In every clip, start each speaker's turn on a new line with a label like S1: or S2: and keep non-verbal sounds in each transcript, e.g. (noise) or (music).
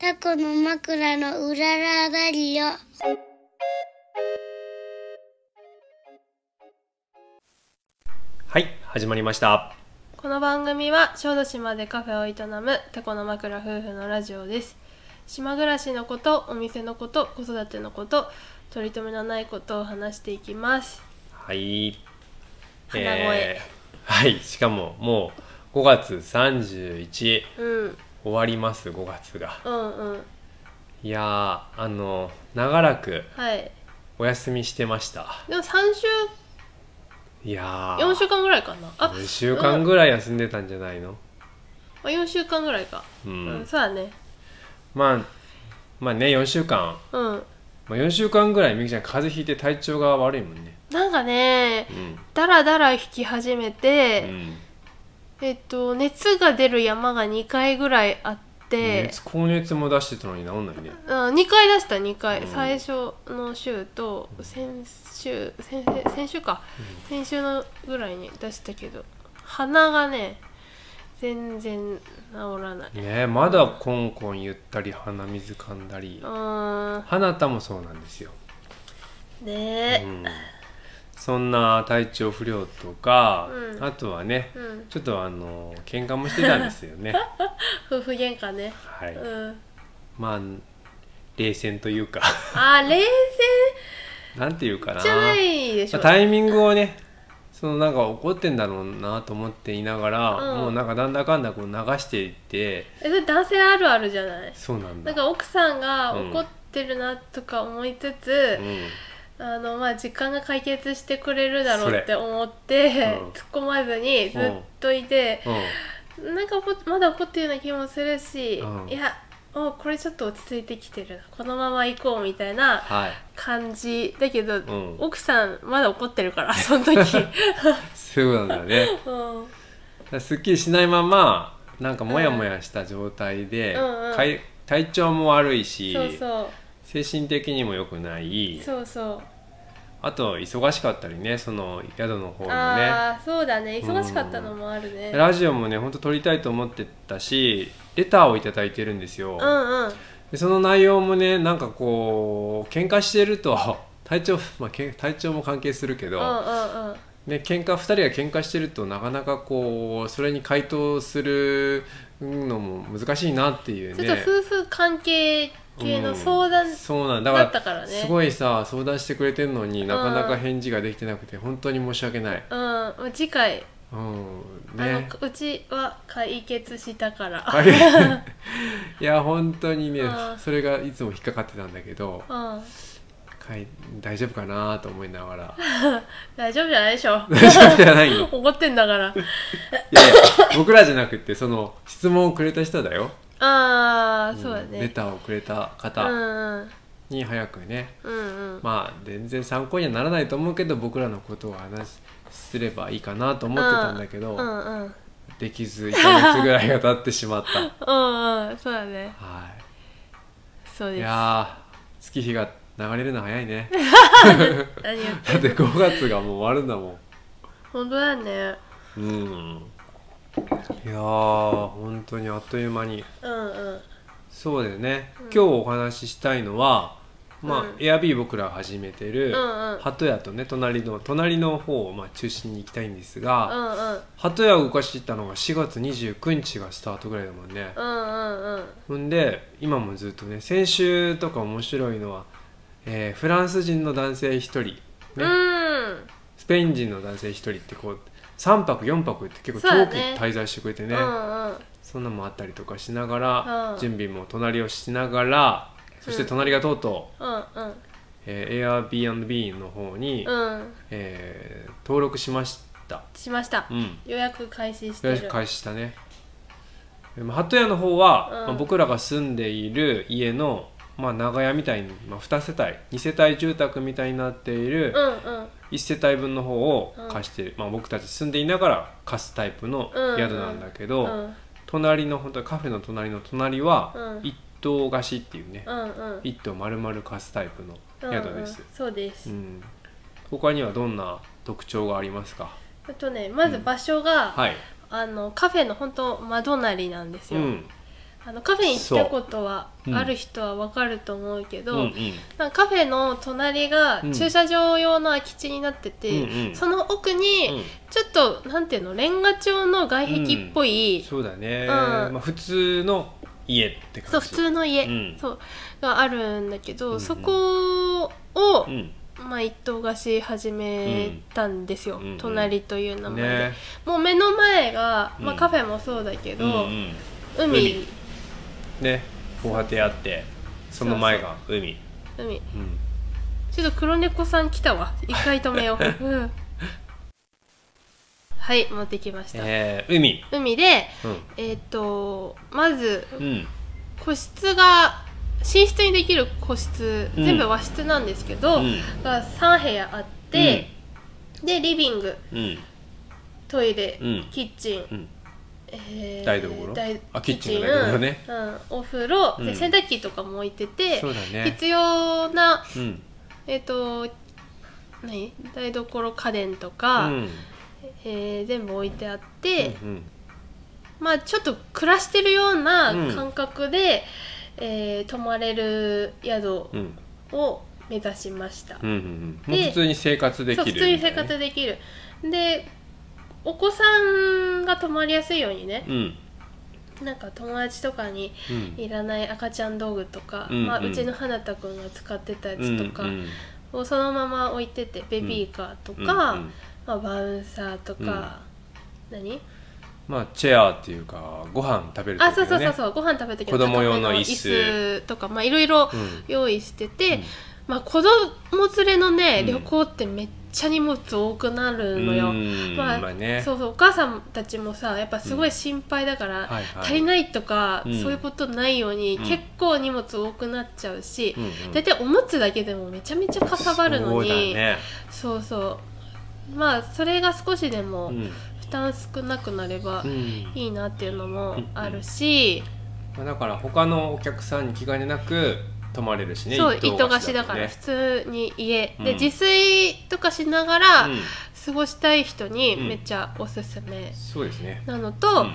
S1: 過去の枕のうららだりよ。
S2: はい始まりました
S3: この番組は小豆島でカフェを営むタコの枕夫婦のラジオです島暮らしのことお店のこと子育てのこと取り留めのないことを話していきます
S2: はい
S3: 鼻声
S2: はいしかももう5月31
S3: うん
S2: 終わります5月が
S3: うんうん
S2: いやーあの長らく
S3: はい
S2: お休みしてました
S3: でも3週
S2: いやー
S3: 4週間ぐらいかなあ
S2: 4週間
S3: らい、
S2: ぐらい休んでたんじゃないの
S3: うんあ4週間ぐらいか
S2: う、
S3: うんん、そうだね
S2: まあまあね4週間、
S3: うん
S2: まあ、4週間ぐらいみきちゃん風邪ひいて体調が悪いもんね
S3: なんかね
S2: うん
S3: だらだら引き始めて、
S2: うん
S3: えっと熱が出る山が2回ぐらいあって
S2: 熱高熱も出してたのに治んないね
S3: うん、2回出した2回、
S2: うん
S3: 最初の週と先週先先週か、先週のぐらいに出したけど鼻がね全然治らない
S2: ねえまだコンコン言ったり鼻水噛んだり
S3: うーん
S2: 花田もそうなんですよ、う
S3: ね
S2: ん、そんな体調不良とか、
S3: うん
S2: あとはね
S3: え、うん、
S2: ちょっとあの喧嘩もしてたんですよね
S3: 夫婦喧嘩ね
S2: はい、
S3: うん
S2: まあ冷戦というか (laughs)
S3: あー冷
S2: なんていうかな
S3: 戦じゃないでし
S2: まあ
S3: ょ
S2: タイミングをねそのなんか怒ってんだろうなと思っていながら、
S3: うん
S2: もうなんかなんだかんだこう流していって
S3: えそれ男性あるあるじゃない
S2: そうなんだ
S3: なんか奥さんが
S2: うん
S3: 怒ってるなとか思いつつ、
S2: うん
S3: あのまあ時間が解決してくれるだろうっ
S2: それ
S3: て思って、
S2: うん
S3: 突っ込まずにずっといて、なんかぼまだ怒ってるような気もするし、
S2: うん
S3: いやもうこれちょっと落ち着いてきてるなこのまま行こうみたいな
S2: はい
S3: 感じだけど、
S2: ん
S3: 奥さんまだ怒ってるから (laughs) そ
S2: (laughs)
S3: の時、
S2: そうなんだね
S3: うん、
S2: だからすっきりしないままなんかモヤモヤした状態で、
S3: うんうん
S2: かい体調も悪いし
S3: そうそう
S2: 精神的にも良くない
S3: そうそう
S2: あと忙しかったりねその宿の方もね
S3: ああそうだね忙しかったのもあるね
S2: ラジオもねほんと撮りたいと思ってたしレターを頂いただいてるんですよ、
S3: うんうん
S2: でその内容もねなんかこう喧嘩してると (laughs) 体調、まあ、けん体調も関係するけ
S3: う
S2: ど、
S3: んうんうん
S2: ね、喧嘩2人が喧嘩してるとなかなかこうそれに回答するのも難しいなっていう
S3: ち
S2: ね
S3: ょっと夫婦関係系の相談
S2: うんそうなんだ
S3: だ
S2: か
S3: った
S2: ら
S3: からね、
S2: すごいさ相談してくれてんのになかなか返事ができてなくて本当に申し訳ない、
S3: うん、次回、
S2: うん、
S3: あの
S2: ね
S3: うちは解決したから、
S2: はい (laughs) いや本当にね
S3: うん
S2: それがいつも引っかかってたんだけど
S3: (laughs) うん、
S2: かい大丈夫かなと思いながら (laughs)
S3: 大丈夫じゃないでしょ
S2: 大丈夫じゃないよ
S3: 怒ってん
S2: (laughs)
S3: だから
S2: いやいや僕らじゃなくてその質問をくれた人だよ
S3: ああそうだ
S2: んレ
S3: ね
S2: ターをくれた
S3: うん
S2: 方
S3: うん
S2: に早くね、
S3: うんうん
S2: まあ全然参考にはならないと思うけど僕らのことを話すればいいかなと思ってたんだけど、
S3: うんうん
S2: できず1ヶ月ぐらいが経ってしまった
S3: (laughs) うんうんそうだね
S2: は
S3: そう
S2: いい
S3: です
S2: やー月日が流れるの早いね (laughs)
S3: 何やって
S2: だって5月がもう終わるんだも
S3: 本当だね
S2: んうんいやー本当にあっという間に
S3: うんうん
S2: そうだよね、今日お話ししたいのはまあ、
S3: うん
S2: エアビー僕らが始めてる、
S3: うんうん
S2: 鳩屋とね隣の隣の方をまあ中心に行きたいんです
S3: う
S2: が、
S3: んうん
S2: 鳩屋を動かしていったのが4月29日がスタートぐらいだもんね
S3: う、んうんうん
S2: ほんで今もずっとね先週とか面白いのは、えーフランス人の男性1人、ね
S3: うん
S2: スペイン人の男性1人ってこう3泊4泊って結構
S3: そうだ
S2: 長期
S3: ね
S2: 滞在してくれてね
S3: うんうん
S2: そんなのもあったりとかしながら、
S3: うん
S2: 準備も隣をしながらそして隣がとうとう、
S3: うんうん
S2: えー、Airbnb の方に、
S3: うん
S2: えー登録しました。
S3: しました
S2: うん
S3: 予約開始して
S2: よ
S3: る
S2: ろしく開始したねでも鳩屋の方は、
S3: うん
S2: まあ僕らが住んでいる家の、まあ、長屋みたいに、まあ、2世帯2世帯住宅みたいになっている
S3: うんうん
S2: 1世帯分の方を
S3: うん
S2: 貸してる、まあ、僕たち住んでいながら貸すタイプの
S3: うんうん
S2: 宿なんだけど、
S3: うん
S2: 隣の本当にカフェの隣の隣は、
S3: うん
S2: 一棟貸しっていうね、
S3: うんうん
S2: 一棟丸々貸すタイプの宿です
S3: うんうん、、そうです、
S2: うん他にはどんな特徴がありますか
S3: あとねまず場所が、
S2: はい、
S3: あのカフェの本当窓なりなんです
S2: う
S3: よ、
S2: ん
S3: あのカフェに行ったことはある人はわかると思うけど、なんかカフェの隣が
S2: うん
S3: 駐車場用の空き地になってて、
S2: うんうん
S3: その奥にちょっとなんていうのレンガ調の外壁っぽい、
S2: そうだね、
S3: ん
S2: まあ、普通の家って感じ
S3: そう普通の家、
S2: うん
S3: そうがあるんだけど、
S2: うんうん
S3: そこを、
S2: うん
S3: まあ、一棟貸し始めたんですよ、
S2: うんうんうん
S3: 隣という名前で、
S2: ね
S3: もう目の前が、
S2: う
S3: まあ、
S2: ん
S3: カフェもそうだけど、
S2: うんうん
S3: 海
S2: ね防波堤あってその前が海
S3: 海
S2: うん
S3: ちょっと黒猫さん来たわ一回止めよ
S2: (laughs)
S3: う、うんはい持ってきました、
S2: えー海
S3: 海で
S2: うん
S3: えっ、とまず
S2: うん
S3: 個室が寝室にできる個室、
S2: うん
S3: 全部和室なんですけど、
S2: うん
S3: が3部屋あって、でリビング
S2: うん
S3: トイレ、
S2: うん
S3: キッチン、
S2: うん
S3: えー
S2: 台所
S3: 台
S2: あキッチンの台所ね
S3: キッチンうんお風呂、
S2: う
S3: で
S2: ん
S3: 洗濯機とかも置いてて、
S2: そうだね
S3: 必要な
S2: うん
S3: えっ、と何台所家電とか、
S2: うん
S3: えー全部置いてあって、
S2: うん
S3: まあちょっと暮らしてるような
S2: うん
S3: 感覚で、えー泊まれる宿
S2: うんうん
S3: を目指しました、
S2: うんうんうんも
S3: で
S2: う普通に生活でき
S3: そう
S2: る
S3: 普通に生活
S2: で
S3: できるでお子さんが泊まりやすいようにね、
S2: うん
S3: なんか友達とかに
S2: うん
S3: いらない赤ちゃん道具とか、
S2: うんうん
S3: まあ、うちの花田くんが使ってたやつとか
S2: うんうん
S3: をそのまま置いててベビーカーとか、
S2: うんうん
S3: まあ、バウンサーとか、何
S2: まあチェアっていうかご飯食べる時
S3: あそう
S2: の
S3: そう
S2: ね
S3: そうそうご飯食べて
S2: 子供用の椅子
S3: とかまあいろいろ
S2: うん
S3: 用意してて、
S2: うん
S3: まあ子供連れのね、
S2: うん
S3: 旅行ってめっちゃ荷物多くなるのよ、
S2: うん
S3: まあ
S2: まあね
S3: そうそうお母さんたちもさやっぱすごい心配だから、
S2: はいはい
S3: 足りないとか、
S2: うん
S3: そういうことないように、
S2: うん
S3: 結構荷物多くなっちゃうし
S2: うんうん
S3: 大体、おむつだけでもめちゃめちゃかさばるの
S2: そう
S3: に
S2: だね
S3: そうそうまあそれが少しでも
S2: うん
S3: 負担少なくなれば
S2: うん
S3: いいなっていうのもあるし、
S2: まあだから他のお客さんに気兼ねなく泊まれるしね
S3: そう
S2: 一
S3: 糸貸しだから
S2: と
S3: 普通に家、
S2: うん
S3: で自炊とかしながら
S2: ねうん
S3: 過ごしたい人に
S2: うん
S3: めっちゃおすすめ
S2: そうですね
S3: なのと、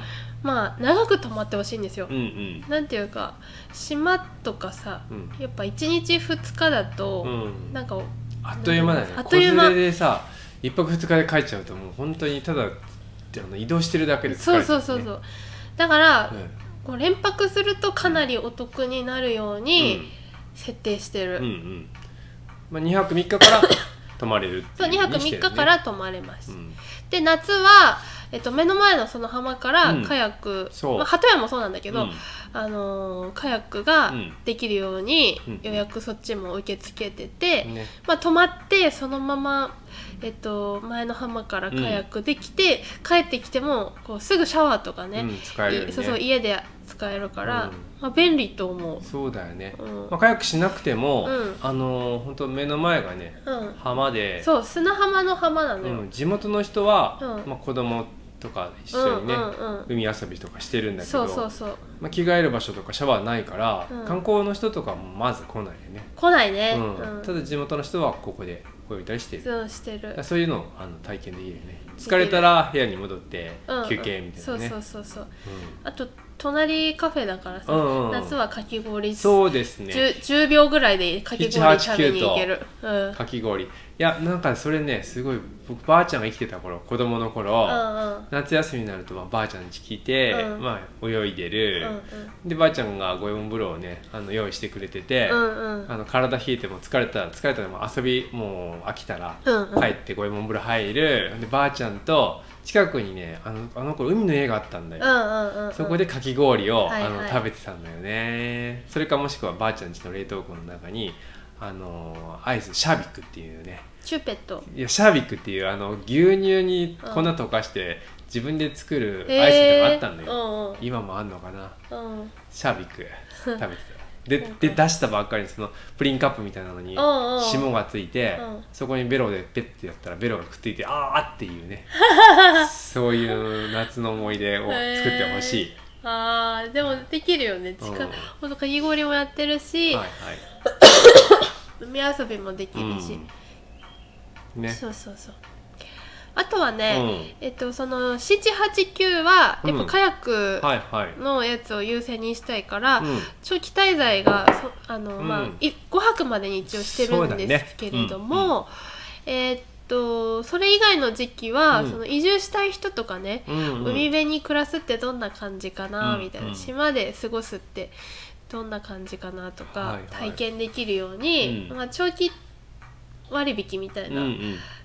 S3: まあ長く泊まってほしいんですよ、
S2: うんうん
S3: なんていうか島とかさ
S2: うん
S3: やっぱ1日2日だと
S2: う、ん
S3: なんか
S2: あっという間だね
S3: あっという間
S2: 子連れでさ一泊二日で帰っちゃうともう本当にただあの移動してるだけで疲れちゃ
S3: そうう
S2: ね
S3: そうそうそうだから、
S2: うん
S3: こう連泊するとかなりお得になるように設定してる、
S2: うんうんまあ2泊3日から泊まれるって
S3: そう
S2: い
S3: 2
S2: う
S3: 泊
S2: にしてる
S3: 3
S2: ね
S3: 日から泊まれます、
S2: うん
S3: で夏は、えっと、目の前のその浜から
S2: うん
S3: カヤック、
S2: そう
S3: まあ、鳩屋もそうなんだけど、
S2: うん
S3: あのーカヤックが
S2: うん
S3: できるように
S2: うん
S3: 予約そっちも受け付けてて、
S2: ね
S3: まあ、泊まってそのまま、えっと、前の浜からカヤックできて、帰ってきてもこうすぐシャワーとかね,い、
S2: うん使えるよね
S3: そうそう家で使えるから、
S2: うん
S3: まあ、便利と思う。
S2: そうだよね
S3: うん
S2: まあ、カヤックしなくても、
S3: うん
S2: あのー本当目の前がね
S3: うん、
S2: 浜で
S3: そう砂浜の浜なのよ、
S2: うん、地元の人は、
S3: うん
S2: まあ、子供とか一緒にね、
S3: うんうんうん
S2: 海遊びとかしてるんだけ
S3: そ
S2: ど
S3: うそうそう
S2: まあ、着替える場所とかシャワーないから、
S3: うん
S2: 観光の人とかもまず来ないよね、
S3: 来ないね、
S2: うん
S3: うん
S2: ただ地元の人はここでこういたりしてるだか
S3: そうしてる
S2: らそういうのをあの体験できるよね疲れたら部屋に戻って
S3: うん
S2: 休憩みたいなね、うん
S3: そうそうそうそうあと隣カフェだからさ、
S2: うんうんうん
S3: 夏はかき氷
S2: そうです
S3: う
S2: ね
S3: 10, 10秒ぐらいでかき氷食べに行ける、うん、うんうん
S2: かき氷いやなんかそれねすごい僕ばあちゃんが生きてた頃子供の頃、夏休みになると、まあ、ばあちゃんに聞いて、
S3: うん
S2: まあ、泳いでる、でばあちゃんが五右衛門風呂をねあの用意してくれてて、
S3: うんうんうん
S2: あの体冷えても疲れたら疲れたらもう遊びもう飽きたら、
S3: うんうん
S2: 帰って五右衛門風呂入るでばあちゃんと近くにねあのあの頃海の家があったんだよ、
S3: うんうんうん
S2: そこでかき氷を、
S3: はいはい
S2: あの食べてたんだよねそれかもしくはばあちゃんちの冷凍庫の中にあのアイスシャービックっていうね
S3: チューペット
S2: いやシャービックっていうあの牛乳に粉溶かして自分で作るアイスとかあったんだよ、
S3: よ、
S2: 今もあんのかな
S3: えーうんうんうん
S2: シャービッ
S3: (laughs)
S2: ク食べてたよでで出したばっかりにそのプリンカップみたいなのに
S3: うんうん
S2: 霜がついて
S3: うん
S2: そこにベロでペッてやったらベロがくっついてあーっていう
S3: (laughs)
S2: ねそういう夏の思い出を作ってほしい、
S3: あーでもできるよね近
S2: うん
S3: ほんとかき氷もやってるし、
S2: はい
S3: 海遊びもでき
S2: はい、
S3: るし、
S2: うんね
S3: そうそうそうあとはね、えっとその789はやっぱカヤック
S2: はいはい、
S3: のやつを優先にしたいから、
S2: うん
S3: 長期滞在がそあの、
S2: うん
S3: まあ、い5泊までに一応してるんですけれども、えーっとそれ以外の時期は、
S2: うん
S3: その移住したい人とかね、
S2: うんうん、
S3: 海辺に暮らすってどんな感じかな、
S2: うん
S3: みたい
S2: うん
S3: な島で過ごすってどんな感じかなとか、
S2: はいはい
S3: 体験できるように、
S2: うん
S3: まあ、長期割引みた
S2: う
S3: い
S2: んう
S3: な、
S2: ん、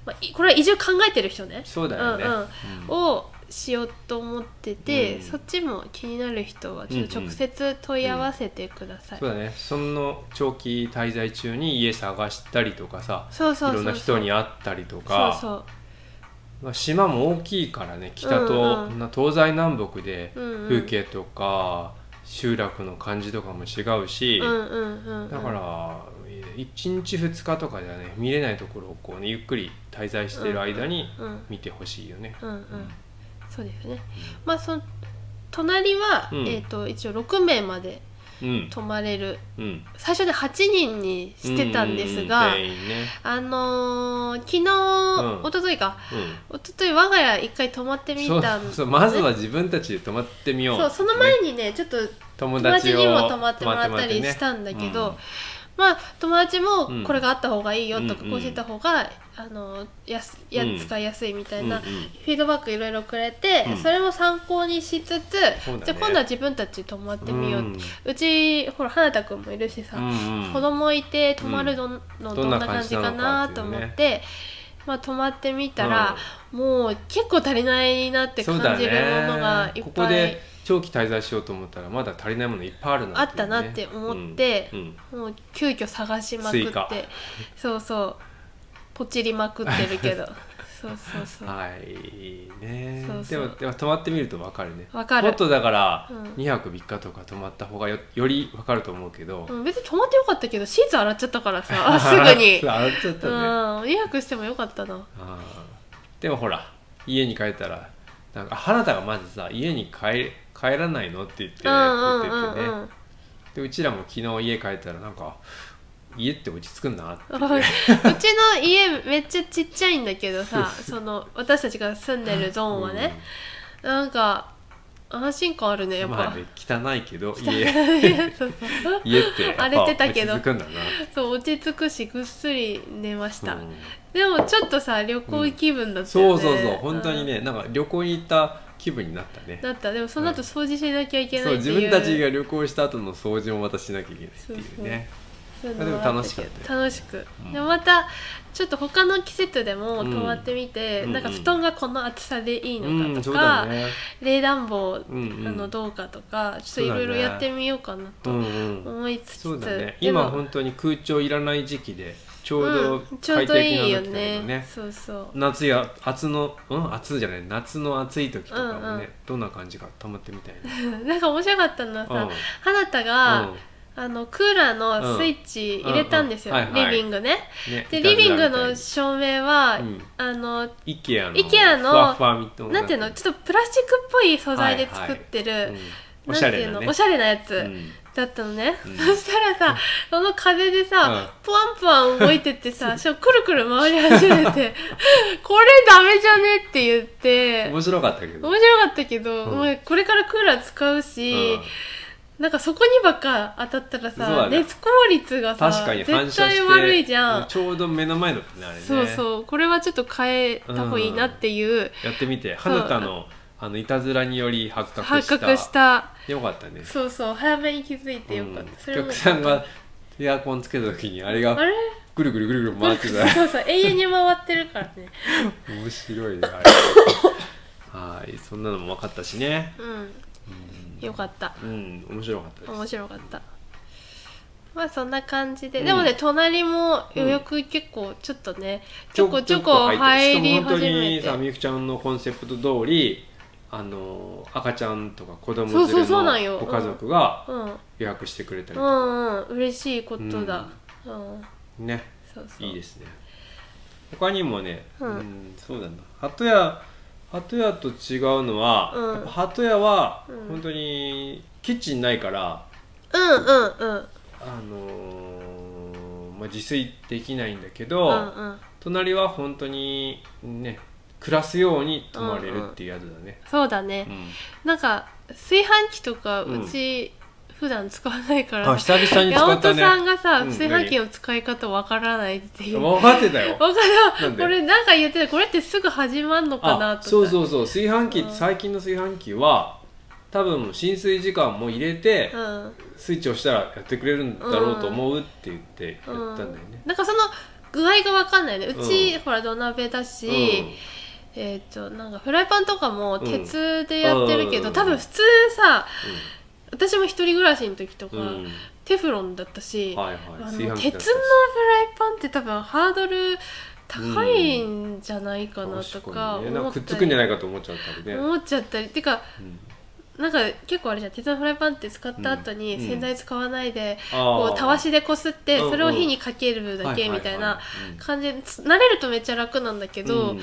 S3: まあ、いこれは移住考えてる人ね
S2: そうだよね、
S3: うんう
S2: う
S3: ん
S2: ん
S3: をしようと思ってて、
S2: うん
S3: そっちも気になる人はちょっと直接問い合わせてください、
S2: そうだねその長期滞在中に家探したりとかさ
S3: そうそうそうそう
S2: いろんな人に会ったりと
S3: そう
S2: か
S3: そう
S2: まあ、島も大きいからね北
S3: うんう
S2: と、
S3: ん
S2: こんな東西南北で
S3: うんうん
S2: 風景とか集落の感じとかも違うし、
S3: うんうんうんうん
S2: だから1日2日とかじゃね見れないところをこう、ね、ゆっくり滞在してる間に
S3: うんうん
S2: 見てほしいよね。
S3: うんうんそうですねまあその隣は、
S2: うん
S3: えっ、と一応6名まで
S2: うん
S3: 泊まれる
S2: うん、
S3: 最初で8人にしてたんですが、
S2: うんうんうん全員ね、
S3: あのー昨日、
S2: ん
S3: 一昨日か一昨日我が家一回泊まって
S2: うん、
S3: み
S2: そう
S3: たん
S2: そうまずは自分たちで泊まってみよう
S3: そうその
S2: ね
S3: 前にねちょっと
S2: 友
S3: 友達
S2: 達を
S3: にも泊まってもらった
S2: 泊まってもら
S3: り
S2: ってね
S3: したんだけ
S2: う
S3: ど
S2: ん
S3: まあ友達
S2: うん
S3: もこれがあった方がいいよとか、
S2: うん
S3: こうしてた方があのやすや
S2: うん
S3: 使いやすいみたいな、
S2: うん
S3: フ
S2: うん
S3: ィードバックいろいろくれて、
S2: うん
S3: それも参考にしつつ、
S2: そうだね
S3: じゃあ今度は自分たち泊まってみようって、うちほら花田君もいるしさ、
S2: うんうん
S3: 子供いて泊まるどんのどんな感じかなと思
S2: どんな感じなのか
S3: っ、
S2: って
S3: まあ、泊まってみたら、もう結構足りないなって
S2: そ
S3: 感
S2: う
S3: じ
S2: だ
S3: るものがいっ
S2: ね、ここ
S3: ぱい
S2: で長期滞在しようと思ったらまだ足りないものいっぱいあるな
S3: あったなって思って
S2: うんうん
S3: もう急遽探しまく
S2: 追
S3: っ
S2: 加
S3: てそうそうポチりまくって
S2: (laughs)
S3: るけどそうそうそう
S2: はいね
S3: そうそう
S2: でもでも泊まってみると分かるね
S3: わかる
S2: もっとだから、
S3: うん
S2: 2泊3日とか泊まった方がよより分かると思うけど、
S3: うん別に泊まってよかったけどシーツ洗っちゃったからさすぐに
S2: (laughs) 洗っちゃったね、あ
S3: うん予約してもよかったな
S2: あでもほら家に帰ったらなんかあ花田がまずさ家に帰帰らないのって言って
S3: う
S2: 言っ
S3: んう
S2: て
S3: ん
S2: てね、
S3: うんうん
S2: でうちらも昨日家帰ったらなんか家って落ち着くんだなって
S3: (laughs) う
S2: い
S3: ち
S2: うね
S3: の家めっちゃちっちゃいんだけど
S2: (laughs)
S3: さその私たちが住んでるゾーンはね、なんか安心感あるね
S2: う
S3: や
S2: ん
S3: っぱ、
S2: まあね汚いけど家
S3: (laughs)
S2: (laughs)
S3: そうそう
S2: 家ってやっぱ
S3: (laughs) 荒れてたけど
S2: 落ち着くんだな
S3: そう落ち着くしぐっすり寝ました、
S2: うん
S3: でもちょっとさ旅行気分だった
S2: そ
S3: よね、
S2: うそうそう本当にねなんか旅行に行った気分になったね
S3: だったでもその後掃除しなきゃいけな
S2: そう
S3: いって
S2: 自
S3: いう
S2: 分たちが旅行した後の掃除もまたしなきゃいけないっていうね
S3: そういう
S2: まあで
S3: の
S2: も
S3: はあ
S2: 楽
S3: っ
S2: したか
S3: け
S2: っ
S3: ど
S2: た
S3: 楽しく、
S2: うん
S3: でまたちょっと他の季節でも
S2: う
S3: 泊
S2: ん
S3: まってみて、
S2: うん
S3: なんか布団がこの厚さでいいの
S2: う
S3: か
S2: ん
S3: と
S2: そう
S3: か、
S2: だね
S3: 冷暖房、
S2: うんうん
S3: あのどうかとかちょっといろいろやってみようかな
S2: う
S3: と
S2: んうん
S3: 思いつつ、
S2: そうだね
S3: でも
S2: 今本当に空調いらない時期でちょうど
S3: うんちょう
S2: 快
S3: ど
S2: 適
S3: いい
S2: な
S3: よ
S2: 時期だけ
S3: ね
S2: どね
S3: そうそう
S2: 夏や暑のうん暑じゃない夏の暑い時とかもね、
S3: うんうん
S2: どんな感じか溜まってみたいな、
S3: なんか面白かったのはさ、
S2: うん
S3: 花田が、
S2: うん
S3: あのクーラーのスイッチ入れたんですよ、
S2: うんうんうんはいはい
S3: リビングね。
S2: ね、
S3: で
S2: いたずら
S3: リビング
S2: みたい
S3: の
S2: に
S3: 照明は、
S2: うん
S3: あの
S2: IKEA の
S3: IKEA の
S2: ふわふわみたい
S3: なんていうのちょっとプラスチックっぽい素材で作ってる、
S2: うんお
S3: な
S2: しゃ
S3: んてい
S2: れ
S3: う
S2: な
S3: の
S2: ね
S3: おしゃれなやつ。
S2: うん
S3: だったのね、
S2: うん
S3: (laughs) そしたらさその風でさ、
S2: う
S3: ぷわん、ぷわん動いてってさしかもくるくる回り始めて (laughs) これダメじゃねって言って
S2: 面白かったけど
S3: 面白かったけど、
S2: うん
S3: もうこれからクーラー使うし、
S2: うん
S3: なんかそこにばっか当たったら
S2: そう
S3: さ、
S2: だね
S3: 熱効率がさ
S2: 確かに反射
S3: 絶
S2: して
S3: 対悪いじゃん、
S2: ちょうど目の前だったねあれね
S3: そうそうこれはちょっと変えた方がいいなっていう、
S2: やってみて花田のあのいたずらにより発覚
S3: 発
S2: した
S3: 覚した
S2: よかったね
S3: そうそう早めに気づいてよかった、
S2: うん
S3: そ
S2: お
S3: れも
S2: 客さんがエアコンつけた時にあれ
S3: あ
S2: が
S3: れ
S2: ぐるぐるぐるぐる回ってた
S3: (laughs) そうそう永遠に回ってるからね
S2: 面白いねあれはいそんなのも分かったしね
S3: うん、よかった
S2: うん面白かったです
S3: 面白かったまあそんな感じで、
S2: うん
S3: でもね隣も予約結構ちょっとね、ち
S2: ち
S3: ょ
S2: ょ
S3: こ
S2: こ
S3: ち
S2: ち
S3: ょ
S2: ょ
S3: こ
S2: こ
S3: 入
S2: 入
S3: り
S2: り
S3: 始
S2: 始め
S3: め
S2: てしかも本当にさ
S3: て
S2: みゆきちゃんのコンセプト通りあの赤ちゃんとか子供
S3: そう
S2: 連
S3: そう
S2: れ
S3: そうなんよ
S2: のご家族が
S3: うんうん
S2: 予約してくれたり
S3: う
S2: とか
S3: ん嬉しいことだうん、
S2: ね
S3: そうそう
S2: いいですね他にもね
S3: う
S2: うんんそうだな鳩屋鳩屋と違うのは
S3: うん
S2: やっぱ鳩屋は
S3: うん
S2: 本当にキッチンないから
S3: うんうんうん
S2: あのーまあ自炊できないんだけ
S3: う
S2: ど
S3: んうん
S2: 隣は本当にね暮らすように泊まれるっていう宿だね、
S3: そうだね、
S2: うん
S3: なんか炊飯器とか
S2: うん
S3: うち、普段使わないから
S2: あ久々に使
S3: 八
S2: った
S3: 本
S2: ね
S3: さんがさ、
S2: うん
S3: 炊飯器の使い方わからないっていう
S2: 分かってた
S3: (laughs)
S2: よ
S3: わか
S2: な
S3: ら
S2: ん
S3: ん
S2: で
S3: これなんか言ってたこれってすぐ始まんのかなと
S2: あ
S3: か
S2: そうそううそう炊飯器
S3: うん
S2: 最近の炊飯器は多分浸水時間も入れて、
S3: ん
S2: スイッチ押したらやってくれるんだろうと思うって言ってやったんだよね、
S3: なんかその具合がわかんないねうち、
S2: うん
S3: ほら土鍋だし、
S2: うん
S3: えっ、となんかフライパンとかも
S2: うん
S3: 鉄でやってるけど、
S2: うん
S3: 多分普通さ私も一人暮らしの時とか、
S2: うんうん
S3: テフロンだったし、
S2: はい
S3: あ
S2: はい
S3: の
S2: 炊
S3: 鉄の
S2: 飯器
S3: フ
S2: だっ
S3: ラ
S2: たし
S3: イパンって多分ハードル高いんじゃないかなと
S2: 確
S3: か
S2: にねなん
S3: 思
S2: か
S3: っ
S2: くっつ
S3: た
S2: くん
S3: り
S2: じゃないかと思っちゃったりね、
S3: 思っちゃったりてか
S2: うん
S3: なんか結構あれじゃん鉄のフライパンって使った後に
S2: うん
S3: 洗剤使わないで、
S2: あー
S3: こうたわしでこすって
S2: うんうん
S3: それを火にかけるだけみたいな感じでつ慣れるとめっちゃ楽なんだけ
S2: け
S3: ど、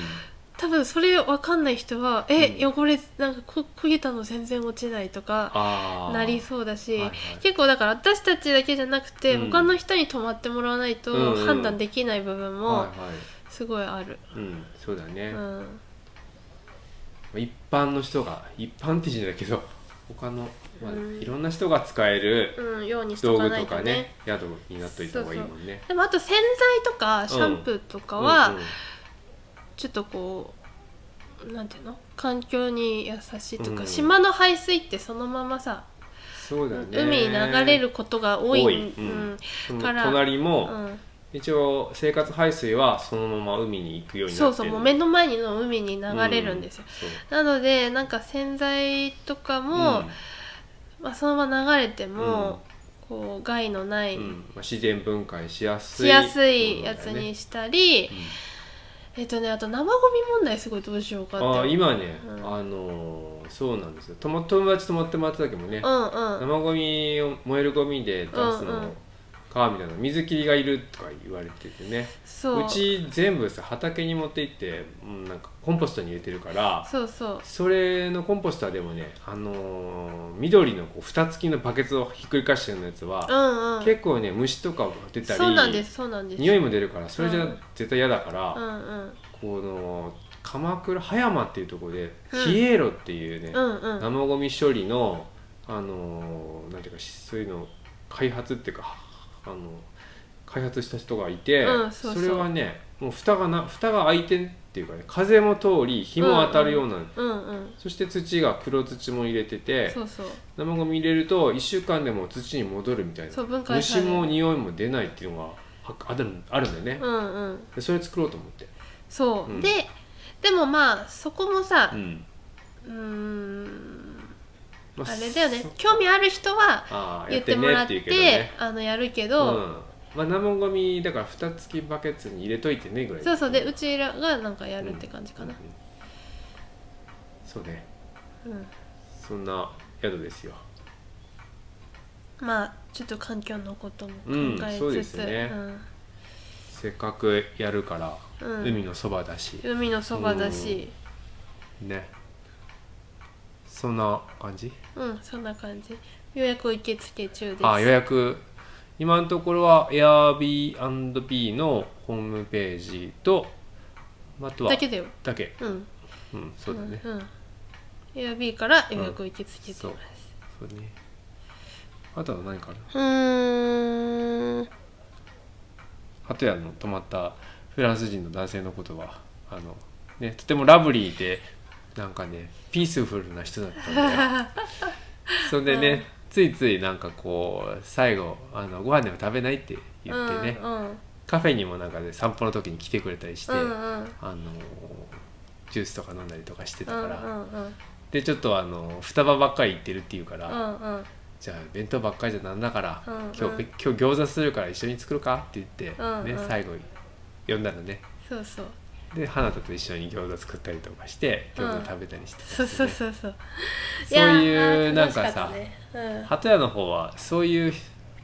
S3: 多分それ分かんない人は「え
S2: う
S3: 汚れなんかこ焦げたの全然落ちない」とかなりそうだし、
S2: はいはい
S3: 結構だから私たちだけじゃなくて、
S2: うん
S3: 他の人に泊まってもらわないと
S2: うんうん
S3: 判断できない部分も
S2: はいはい
S3: すごいある。
S2: うん、そうだね、
S3: うん
S2: 一般の人が一般って言うんだけど (laughs) 他の、まあ
S3: うん
S2: いろんな人が使える
S3: うん、ようにしと
S2: 道
S3: か
S2: 具
S3: な
S2: と
S3: いと
S2: か
S3: ね
S2: ね宿になっといた方がいいもんね
S3: でもあと洗剤とかシャンプーとかは、
S2: うんうん
S3: ちょっとこうなんていうの環境に優しいとか、
S2: うん
S3: 島の排水ってそのままさ、
S2: そうだね
S3: 海に流れることが多い
S2: 多いうん
S3: うん
S2: その
S3: から
S2: 隣も、
S3: うん
S2: 一応生活排水はそのまま海に行くようになって
S3: そうそうもう目
S2: ん
S3: の前にの海に流れるんですよ、なのでなんか洗剤とか
S2: そう
S3: も、
S2: うん
S3: まあ、そのまま流れても、こう害のない、
S2: うんまあ、自然分解しやすい
S3: しやすいやつ
S2: ものだよ
S3: に
S2: ね
S3: したり、
S2: うん
S3: えっとねあと生ゴミ問題すごいどうしようかって
S2: あー今ね、
S3: うん
S2: あのーそうなんですよとも友達と泊まってもらった時もね、
S3: うんうん
S2: 生ゴミを燃えるゴミで出す
S3: うんうん
S2: のかみたいな水切りがいるとか言われててね
S3: そう
S2: うち全部さ畑に持って行って、うん、なんかコンポストに入れてるから
S3: そうそう
S2: それのコンポスターでもね、あのー緑のこう蓋付きのバケツをひっくり返してるのやつ
S3: う
S2: は、
S3: んうん
S2: 結構ね虫とかが出たり
S3: そうなんですそうなんです
S2: 匂いも出るからそれじ
S3: う
S2: ゃ
S3: ん
S2: 絶対嫌だから、
S3: うんうん
S2: この鎌倉葉山っていうところで、
S3: うん
S2: ヒエロっていうね、
S3: うんうん
S2: 生ゴミ処理のあのーなんていうかしそういうの開発っていうかあの開発した人がいて、
S3: うんそうそう
S2: れはねもう蓋がな蓋が開いてんっていうかね風も通り日も当たるような、
S3: うんうん
S2: そして土が黒土も入れてて
S3: そうそう
S2: 生ゴミ入れると1週間でも土に戻るみたいな
S3: そう分解さ
S2: 虫
S3: れる
S2: も匂いも出ないっていうのがはあるあるんだよね、
S3: うんうん
S2: でそれ作ろうと思って。
S3: そう、
S2: うん
S3: ででもまあそこもさ
S2: うん
S3: うーん
S2: ま
S3: あれだよね
S2: そ
S3: 興味ある人は
S2: ああ
S3: 言
S2: や
S3: っ
S2: ってて
S3: も
S2: ね
S3: らっ
S2: って
S3: て
S2: いうけどね
S3: あのやるけ
S2: う
S3: ど、
S2: んまあ生ゴミだから蓋付きバケツに入れといてねぐらい
S3: そうそうでうちらがなんかやるって感じかな
S2: うんうんそうね
S3: うん、
S2: そんな宿ですよ
S3: まあちょっと環境のことも考
S2: うんそう
S3: え
S2: で
S3: つ
S2: す
S3: つ、
S2: ねせっかくやるから、
S3: うん
S2: 海のそばだし
S3: うん海のそばだし
S2: ねそんな感じ
S3: うん、そんな感じ予約受付中です
S2: ああ予約今のところは Airbnb のホームページとあとは
S3: だけだよ
S2: だけ
S3: うん
S2: うんそうだね、
S3: うんうん、AIB から予約受け付けています
S2: そうねあとは何かある
S3: うーん
S2: 鳩屋の泊まったフランス人の男性のことはあの、ね、とてもラブリーでなんかねピースフルな人だったんだよ
S3: (laughs)
S2: そんでね、
S3: うん
S2: ついついなんかこう最後あのご飯でも食べないって言ってね、
S3: うんうん
S2: カフェにもなんかで散歩の時に来てくれたりして、
S3: うんうん
S2: あのジュースとか飲んだりとかしてた
S3: うんう
S2: か
S3: ん
S2: ら、
S3: うん
S2: でちょっとあの双葉ばっかり行ってるっていうから、
S3: うんうん
S2: じゃあ弁当ばっかりじゃなんだから、
S3: うんうん
S2: 今日今日餃子するから一緒に作ろうかって言って、
S3: うんうん
S2: ね、最後呼んだのね
S3: そうそう
S2: で花田と一緒に餃子作ったりとかして
S3: うん
S2: 餃子食べたりしてた
S3: そ
S2: ん
S3: う
S2: ですね、
S3: そうそうそう
S2: (laughs) そういう
S3: やー
S2: なんか
S3: 楽しっ
S2: さ
S3: たねうん
S2: 鳩屋の方はそういう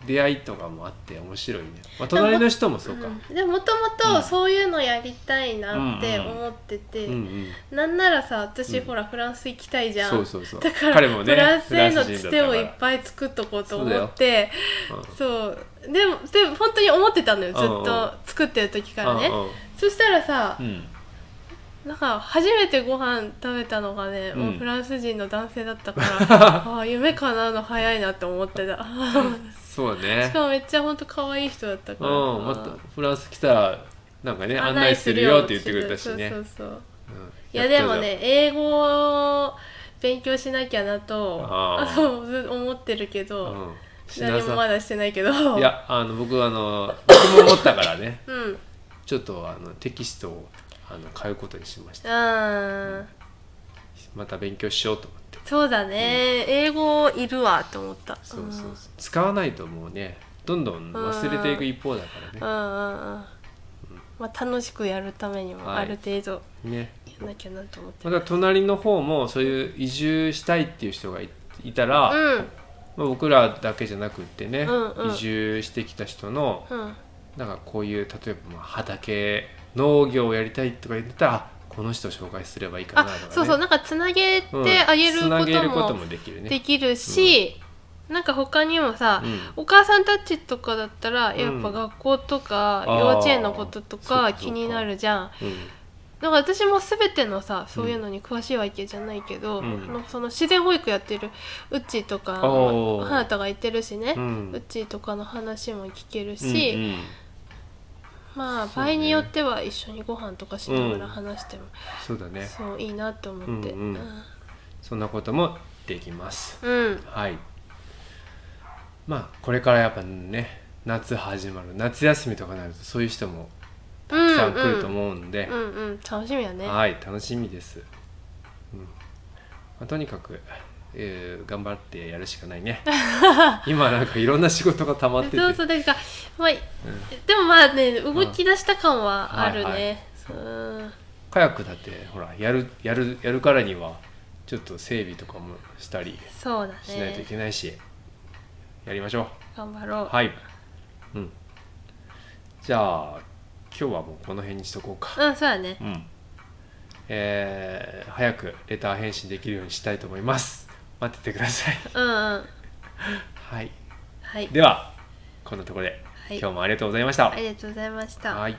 S2: 出会いとかもあって面白いね、まあ、隣の人もそうか、
S3: うんでももとも
S2: う
S3: と
S2: ん
S3: そういうのやりたいなって
S2: うんうん
S3: 思ってて、
S2: うんうん
S3: なんならさ私、
S2: うん
S3: ほらフランス行きたいじゃん
S2: そうそうそう
S3: だから
S2: 彼もね
S3: フランスへの
S2: フランス
S3: つ
S2: 人
S3: て
S2: だった
S3: を
S2: から
S3: いっぱい作っとこうと思って
S2: うん
S3: そうでもでも本当に思ってたのよずっ
S2: うんうん
S3: と作ってる時からね、
S2: うんうん
S3: そしたらさ、
S2: うん
S3: なんか初めてご飯食べたのがね、もううんフランス人の男性だったから
S2: (laughs)
S3: ああ夢叶うの早いなって思ってた
S2: そうだ
S3: し
S2: ね
S3: かもめっちゃ本当可愛い人だった
S2: う
S3: か
S2: ん
S3: ら、
S2: またフランス来たらなんかね案内するよって言ってくれたしね
S3: そうそうそう
S2: うん
S3: いや
S2: っとじ
S3: で
S2: ゃあ
S3: もね英語を勉強しなきゃなと
S2: あー
S3: (laughs) そうず思ってるけ
S2: う
S3: ど、
S2: んしな
S3: 何もま
S2: さ
S3: だしてないけど
S2: いやあの僕あの僕も思ったからね (laughs)
S3: うん
S2: ちょっとあのテキストをあの買うことにしました
S3: うん
S2: また勉強しようと思って
S3: そうだね、英語いるわと思った
S2: そうそうそう使わないともうねどんどん忘れていく一方だから
S3: うんうんうんうんまあ、楽しくやるためにも
S2: はい
S3: ある程度
S2: ねね
S3: やんなきゃなと思って、
S2: また隣の方もそういう移住したいっていう人がいいたら、
S3: うん
S2: まあ、僕らだけじゃなくってね、
S3: うんうん
S2: 移住してきた人の
S3: うん
S2: なんかこういう例えばまあ畑農業をやりたいとか言ってたらあこの人を紹介すればいいかな
S3: あ
S2: とかね
S3: そうそうなんかつなげて
S2: うん
S3: あげるこ
S2: つなげることと
S3: も
S2: もできるね
S3: できるし、なんか他にもさ、
S2: うん
S3: お母さんたちとかだったら
S2: ん
S3: やっぱ学校とか
S2: あー
S3: 幼稚園のことと
S2: そうか
S3: か
S2: そうか
S3: 気になるじゃん。
S2: う
S3: なんか私も全てのさそういうのに詳しいわけじゃないけど、
S2: うん
S3: のその自然保育やってるうっちーとか
S2: おー
S3: 花田がいてるしね、
S2: ん
S3: うっちーとかの話も聞ける
S2: うん
S3: し、
S2: うん
S3: まあ
S2: そうね
S3: 場合によっては一緒にご飯とかしながら話しても、
S2: そうだね
S3: そういいなと思って、
S2: う
S3: うんん
S2: そんなこともできます
S3: うん
S2: はいまあこれからやっぱね夏始まる夏休みとかになるとそういう人も
S3: う
S2: た
S3: ん
S2: くさん来ると思うんで、
S3: うんうん楽しみやね
S2: はい楽しみです、うんまあ、とにかく、えー頑張ってやるしかない
S3: (laughs)
S2: ね今なんかいろんな仕事が溜まってて
S3: そうそうだから、まあ、でもまあね動き出した感はある
S2: はいはい
S3: ね、うん
S2: カヤックだってほらやるやるやるからにはちょっと整備とかもしたり
S3: そうだ
S2: しないとい
S3: ね
S2: けないし、やりましょう
S3: 頑張ろう
S2: はい。うん。じゃあ、今日はもうこの辺にしとこうか。
S3: うんそうだね
S2: うん。えー早くレター返信できるようにしたいと思います。待っててくだ
S3: (laughs)
S2: さい。
S3: うんうん
S2: はい。
S3: はい
S2: では、こんなところで、
S3: はい
S2: 今日もありがとうございました。
S3: ありがとうございました
S2: はい